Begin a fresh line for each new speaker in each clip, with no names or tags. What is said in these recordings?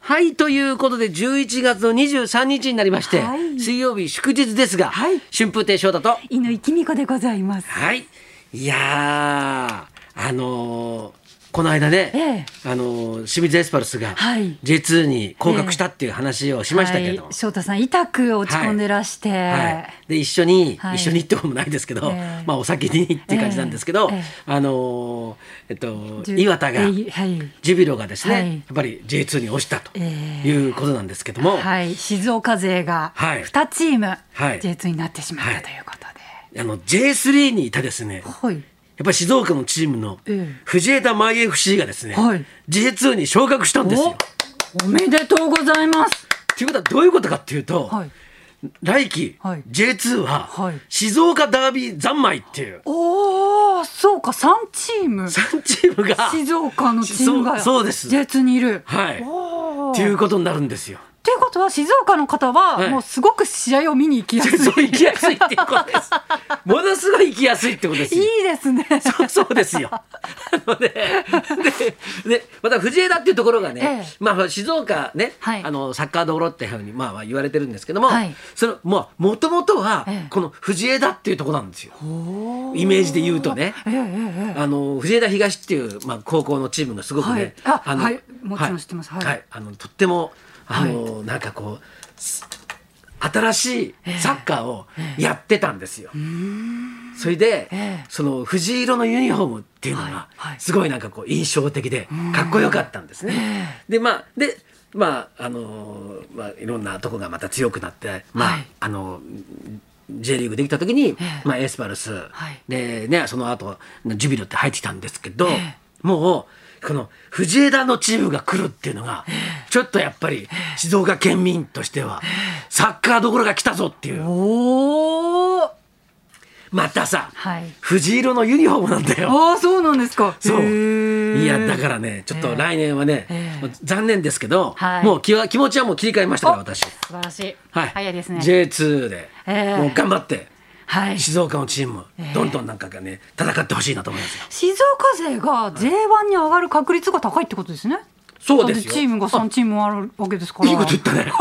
はいということで11月の23日になりまして、
はい
水曜日祝日ですが、
はい
春風亭昇太と
犬井美子でございます。
はいいやーあのーこの間ね、
え
あのー清水エスパルスが
はい
J2 に降格したっていう話をしましたけれども、
はい、翔太さん痛く落ち込んでらして、
はい、で一緒に、
はい
一緒にってこともないですけど、
ええ
まあ、お酒にっていう感じなんですけど、
ええええ
あのーえっと
じゅ
岩田が、
えいはい
ジュビロがですね、
はい
やっぱり J2 に落ちたと
ええ
いうことなんですけども、
はい、静岡勢が
はい
2チーム、
はい
J2 になってしまっ
は
た
い
ということで、
あの J3 にいたですねやっ
はい
ぱり静岡のチームの
ええ
藤枝マイ FC がですね、
はい
J2 に昇格したんですよ。
おおめでとうございます。
ということはどういうことかっていうと、
はい
来季、
はい
J2 は、
はい
静岡ダービー三昧っていう
おお、そうか、3チーム、
3チームが
静岡のチームが
そうそうです
J2 にいる。
はい
おー
っていうことになるんですよ。
ということは静岡の方は、
はい
もうすごく試合を見に行きやすい。
そう行きやすいっていうことです。ものすごい行きやすいってことです
い
よ。
いですね。
そうそうです よ。あのね、で、で、また藤枝っていうところがね、
ええ
まあ静岡ね、
はい
あのサッカーどころっていうふうにまあまあ言われてるんですけども、
はい
そのまあ元々は
ええ
この藤枝っていうところなんですよ。イメージで言うとね、
ええええ
あの藤枝東っていうまあ高校のチームがすごくね、
はいあ
の
はいもちろん知ってますはい
はい、あのとってもあの、なんかこう。新しいサッカーをやってたんですよ。それで、
ええ
その藤色のユニフォームっていうのが
はいはい
すごいなんかこう印象的でかっこよかったんですね。でまあでまああのーまあいろんなとこがまた強くなってまあ、
はい
あの J リーグできた時に、
え
まあ、エスパルス、
はい
でねその後ジュビロって入ってきたんですけど、
え
もうこの藤枝のチームが来るっていうのが、ちょっとやっぱり静岡県民としては、サッカーどころが来たぞっていう
おお。
またさ、
はい
藤色のユニフォームなんだよ。
ああ、そうなんですか。
そう
へえ
いやだからねちょっと来年はね、
ええ
もう残念ですけど、
はい
もう気は気持ちはもう切り替えましたから
お
私。
素晴らしい。
はい、
早いですね。
J2 で、
ええ
もう頑張って
はい。
静岡のチーム、
ええ
どんどんなんかがね戦ってほしいなと思いますよ。
静岡勢が J1 に上がる確率が高いってことですね。
そうですよ
だってチームが三チームあるわけですから。
いいこと言った ね。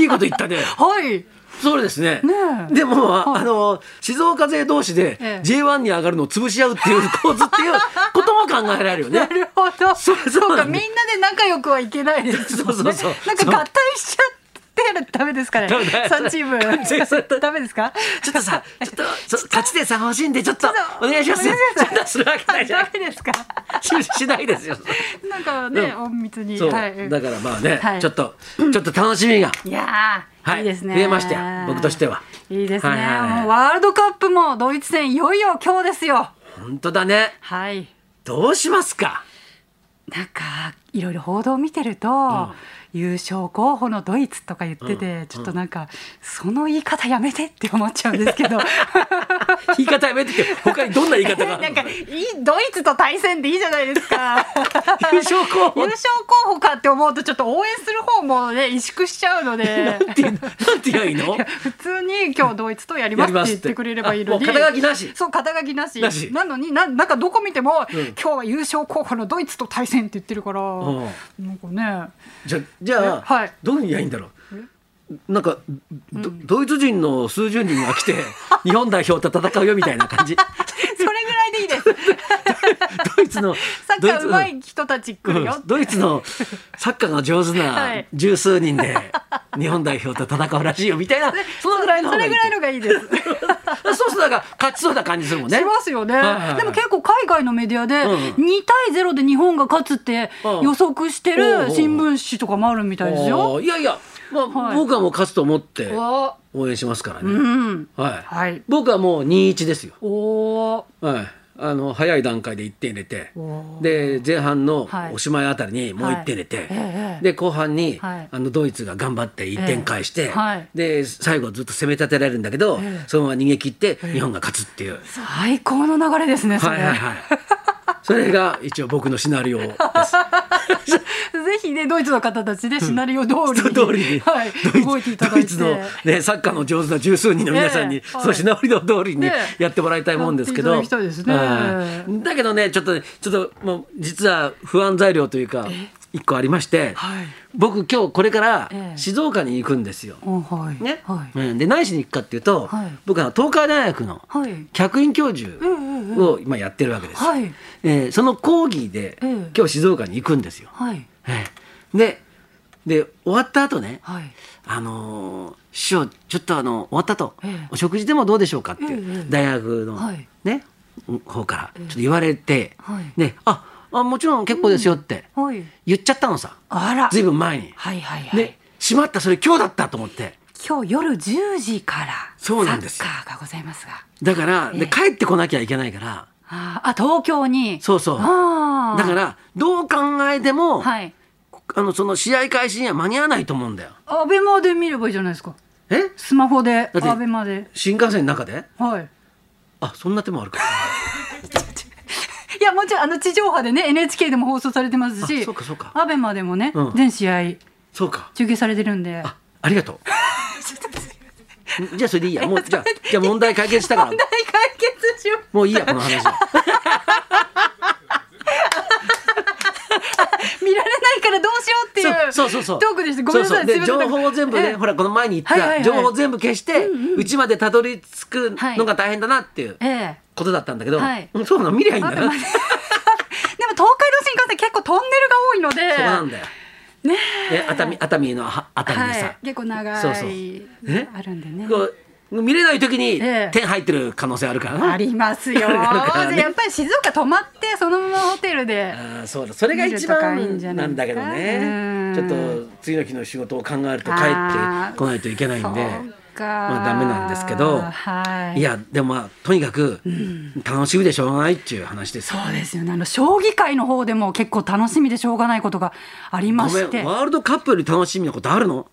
いいこと言ったね。
はい。
そうですね。
ねえ
でも、あの静岡勢同士で
ええ
J1 に上がるのを潰し合うっ ていう構図っていうことも考えられるよ
な
ね。
るほど。
そうそう
そうか、
なん
みん
で
なで仲良くはいけないですもんね。
そうそうそう
なんか合体しちゃってダメですかね
ダメダメ。
三チーム
完全にそれ。
ダメですか。
ちょっとさ、ちょっと、そ勝ち点差欲しいんで、ちょっと、お願いします。
お願 いします
そんなするわけないじゃ
ダ
ん。
メですか。
し しないですよ。
なんかね、
うん
隠密に。
そう、
はい
だからまあね、
はい
ちょっと、ちょっと楽しみが、
いやー、、
はいい
いですね。
増えましたよ僕としては。
いいですね、
はいはいはい
もうワールドカップもドイツ戦いよいよ今日ですよ。
本当だね。
はい。
どうしますか。
なんかいろいろ報道を見てると、
ん
優勝候補のドイツとか言ってて、ちょっとなんかその言い方やめてって思っちゃうんです けど。
言い方やめてって、他にどんな言い方があ
な
る
ん
の
か。いいドイツと対戦でいいじゃないですか
優勝候補
優勝候補かって思うとちょっと応援する方もね萎縮しちゃうので
なんていう、なんて言えばいいの。
普通に今日ドイツとやりますって言ってくれればいいのに
やりますってあもう肩書きなし
そう肩書きなし
な
な
し
のにななんかどこ見ても、
ん
今日は優勝候補のドイツと対戦って言ってるから、
ん
なんか ね
じゃじゃあ、
えはい
どういう意味がいいんだろうなんかどドイツ人の数十人が来 て日本代表と戦うよみたいな感じ
それぐらいでいいです
ドイツの
サッ
ドイ
カー
ツ
うまい人たち来るよ
うんドイツのサッカーが上手
は
ない十数人で日本代表と戦うらしいよみたいなそのぐらいの方
そ
がい
れ
い
ぐらいのがいいです
そうするとなんか勝ちそうな感じするもんね
しますよね、
はいはいはい
でも結構海外のメディアで
う
2対0で日本が勝つって
うん
予測して
おうお
る
う
新聞紙とかもあるみたいですよ。
あーいやいや、まあ
はい
僕はもう勝つと思って
わ
応援しますからね、
うん、
はい、
はい
僕はもう2-1ですよ
おー
はい、あの早い段階で1点入れて
おー
で前半の
はい
おしまいあたりにもう
はい
1点入れて、
ええ
で後半に、
はい
あのドイツが頑張って1点返して、
ええはい
で最後ずっと攻め立てられるんだけど、
ええ
そのまま逃げ切って日本が勝つっていう、
最高の流れですねそ
は
れ、
いはいはい、それが一応僕のシナリオです。
ぜひねドイツの方たちでシナリオ 通り
そ
に,、
の通りに、
はい
ドイツ
動いていただいて
ドイツの、ね、サッカーの上手な十数人の皆さんに、
ええはい
そのシナリオ通りに
ねえ
やってもらいたいもんですけど、
やっていただきたいですね
はいだけどねちょっとねちょっともう実は不安材料というか一個ありまして、
はい
僕今日これから
ええ
静岡に行くんですよ。
おはい
ね
はい
うん、で何しに行くかっていうと、
はい
僕は東海大学の
はい
客員教授
うんうんうん
を今やってるわけです。
はい
えーその講義で、
ええ
今日静岡に行くんですよ。
はい
ええでで終わった後ね
はい
あのー師匠ちょっとあの終わったと、
ええ
お食事でもどうでしょうかっていう、
ええ
大学の、
はい
ね方からち
え
ょ
え
っと言われて、
はい
でああもちろん結構ですよって
はい
言っちゃったのさ、
あら
ずいぶん前に。
はいはいはい、
でしまったそれ今日だったと思って
今日夜10時からサ
そうなんです
ッカーがございますが
だから、
え
で
え
帰ってこなきゃいけないから
あーあ東京に
そうそう
あー
だからどう考えても、
はい
あのその試合開始には間に合わないと思うんだよ。
アベマで見ればいいじゃないですか
え
スマホで
って
アベマで
新幹線の中で
はい
あそんな手もある か。
いやもちろんあの地上波でね NHK でも放送されてますし
あそうかそうか
アベマでもね、
うん
全試合
そうか
中継されてるんで
あ、ありがと う。じゃあそれでいいや。もうじゃあじゃあ問題解決したから
問題。解決しよう
もういいやこの話は。
見られないからどうしようっていう
そうそうそうそう。
トークでしたごめんなさ
そうそ
い
うです
いません
情報を全部
え
ね、
え
ほらこの前に言っ
はいはいは
た
い
情報を全部消して、うちまでたどり着くのが大変だなっていう
ええ
ことだったんだけど
はい、
うんそうなの見りゃいいん
ア
だ
ベマ
な
で 。でも東海道新幹線結構トンネルが多いので
そうなんだよ。
ね
え熱海熱海のは熱海で
は
さ
い、、結構長い
そうそうえ
あるんでね。
こう見れない時に
ええ
点入ってる可能性あるから
あ
な。
ります よ。
あるからね
やっぱり静岡泊まってそのままホテルで。
あーそうだそれが一番なんだけどね
見
ち
る
ょっ
とかいいんじゃないですか
と次の日の仕事を考えると帰
あー
ってこないといけないんで
そうか
まあダメなんですけど、
はい
い、やでもまあとにかく楽しみでしょうがないっていう話です
そうですよね。あの将棋界の方でも結構楽しみでしょうがないことがありま
ごめ
し
ん
て、
ワールドカップより楽しみなことあるの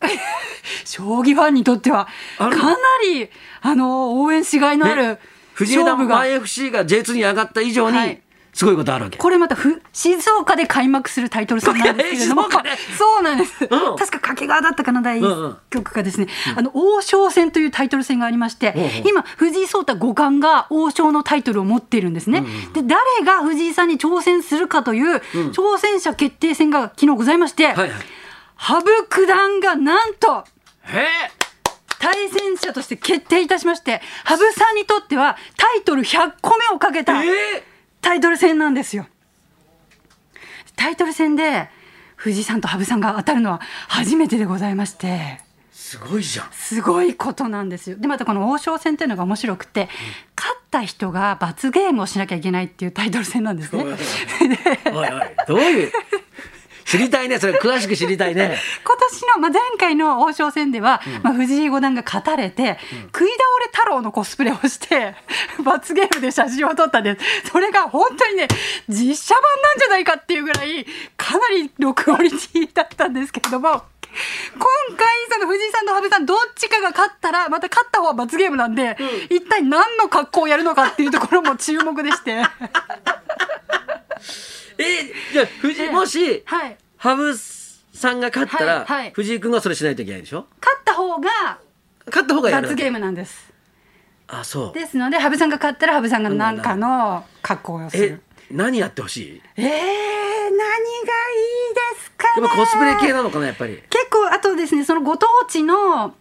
将棋ファンにとっては
あ
か
る
なりあの応援しがいのある
ね藤枝
勝負
も
が。
IFC が J2 に上がった以上
は
に
い
すごいことあるわけ、
これまたふ静岡で開幕するタイトル戦なんですけれども
静岡で
そうなんです、
ん
確か掛川だったかな第
うんうん
1局がですね、あの王将戦というタイトル戦がありまして、
ほうほう
今藤井聡太五冠が王将のタイトルを持っているんですね、で誰が藤井さんに挑戦するかという挑戦者決定戦が昨日ございまして、
はいはい
羽生九段がなんと
へ
対戦者として決定いたしまして羽生さんにとってはタイトル100個目をかけた、
ええ
タイトル戦なんですよタイトル戦で藤井さんと羽生さんが当たるのは初めてでございまして
すごいじゃん
すごいことなんですよでまたこの王将戦っていうのが面白くて、勝った人が罰ゲームをしなきゃいけないっていうタイトル戦なんですね
おいおいおいどういう知りたいねそれ詳しく知りたいね
今年の、まあ、前回の王将戦では、まあ、藤井五段が勝たれて、食い倒れ太郎のコスプレをして 罰ゲームで写真を撮ったんですそれが本当にね実写版なんじゃないかっていうぐらいかなりのクオリティだったんですけれども。今回その藤井さんと羽生さんどっちかが勝ったらまた勝った方は罰ゲームなんで、一体何の格好をやるのかっていうところも注目でして
えじゃあ藤井もし
はい
羽生さんが勝ったら、
はいはい
藤井君はそれしないといけないでしょ
勝った方が
勝った方がやる
罰ゲームなんです
あそう
ですので羽生さんが勝ったら羽生さんが何かの格好をす
え
る。
何やってほしい
えー、何がいいですか
で
ね
もコスプレ系なのかなやっぱり
結構あとですねそのご当地の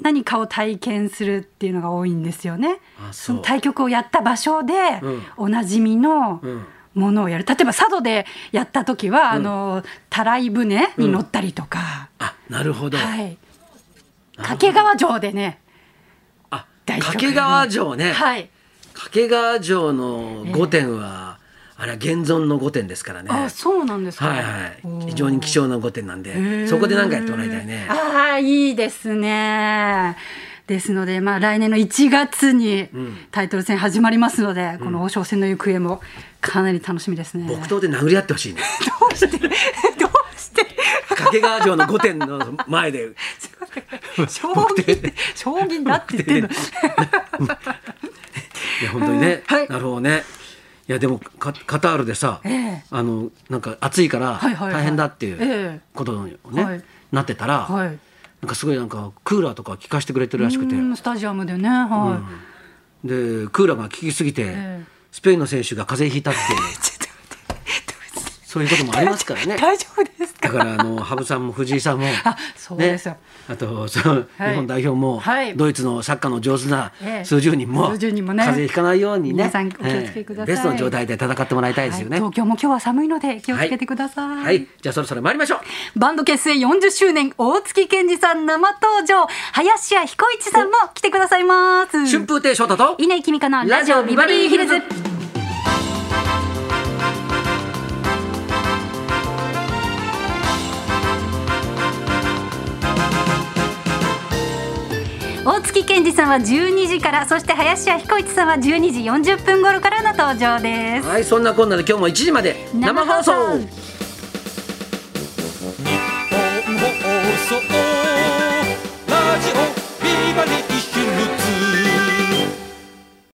何かを体験するっていうのが多いんですよね
あ
そ
そう
の対局をやった場所で、
うん
おなじみの
うん
ものをやる例えば佐渡でやった時は、あのたらい船に乗ったりとか、
あなるほど、
はい掛川城でね
あ
大曲
掛川城ね、
はい
掛川城の御殿は、あれは現存の御殿ですからね
あそうなんですか、
はいはい
おー
非常に貴重な御殿なんで
ー
そこで何かやってもらいたいね
ああいいですね。ですので、まあ、来年の1月にタイトル戦始まりますので、この王将戦の行方もかなり楽しみですね。
木
ど
刀で殴り合ってほしいね
うして どうして
掛川城の御殿の前 で
将棋って将棋だって言ってんの。
いや本当にね、
はい
なるほどねいやでもカカタールでさ、
ええ
あのなんか暑いから
はいはいはい
大変だっていう
ええ
ことをね、
はい
なってたら、
はい。
なんかすごいなんかクーラーとか効かしてくれてるらしくて、
うんスタジアムでね、はい。
でクーラーが効きすぎて、
ええ
スペインの選手が風邪ひいたっていう
ちょっと待ってどうして
そういうこともありますからね。
大丈夫です
だ
か
からあの羽生さんも藤井さんも、
あそうですよ
ね、あとその、
はい
日本代表も、
はい
ドイツのサッカーの上手な
ええ
数十人も,、
数十人もね
風邪ひかないようにね
皆さんお気をつけくださ
ええベ
い
ストの状態で戦ってもらいたいですよ
はい
ね。は
東
い
京も今日は寒いので気をつけてください、
じゃあそろそろ参りましょう。
バンド結成40周年大月健二さん生登場林家彦一さんも来てくださいます
春風亭昇太と
稲井君香のラジオビバリーヒルズ大月健二さんは12時からそして林家彦一さんは12時40分頃からの登場です
はいそんなこんなで今日も1時まで生放送。
日本放送ラジオビバリー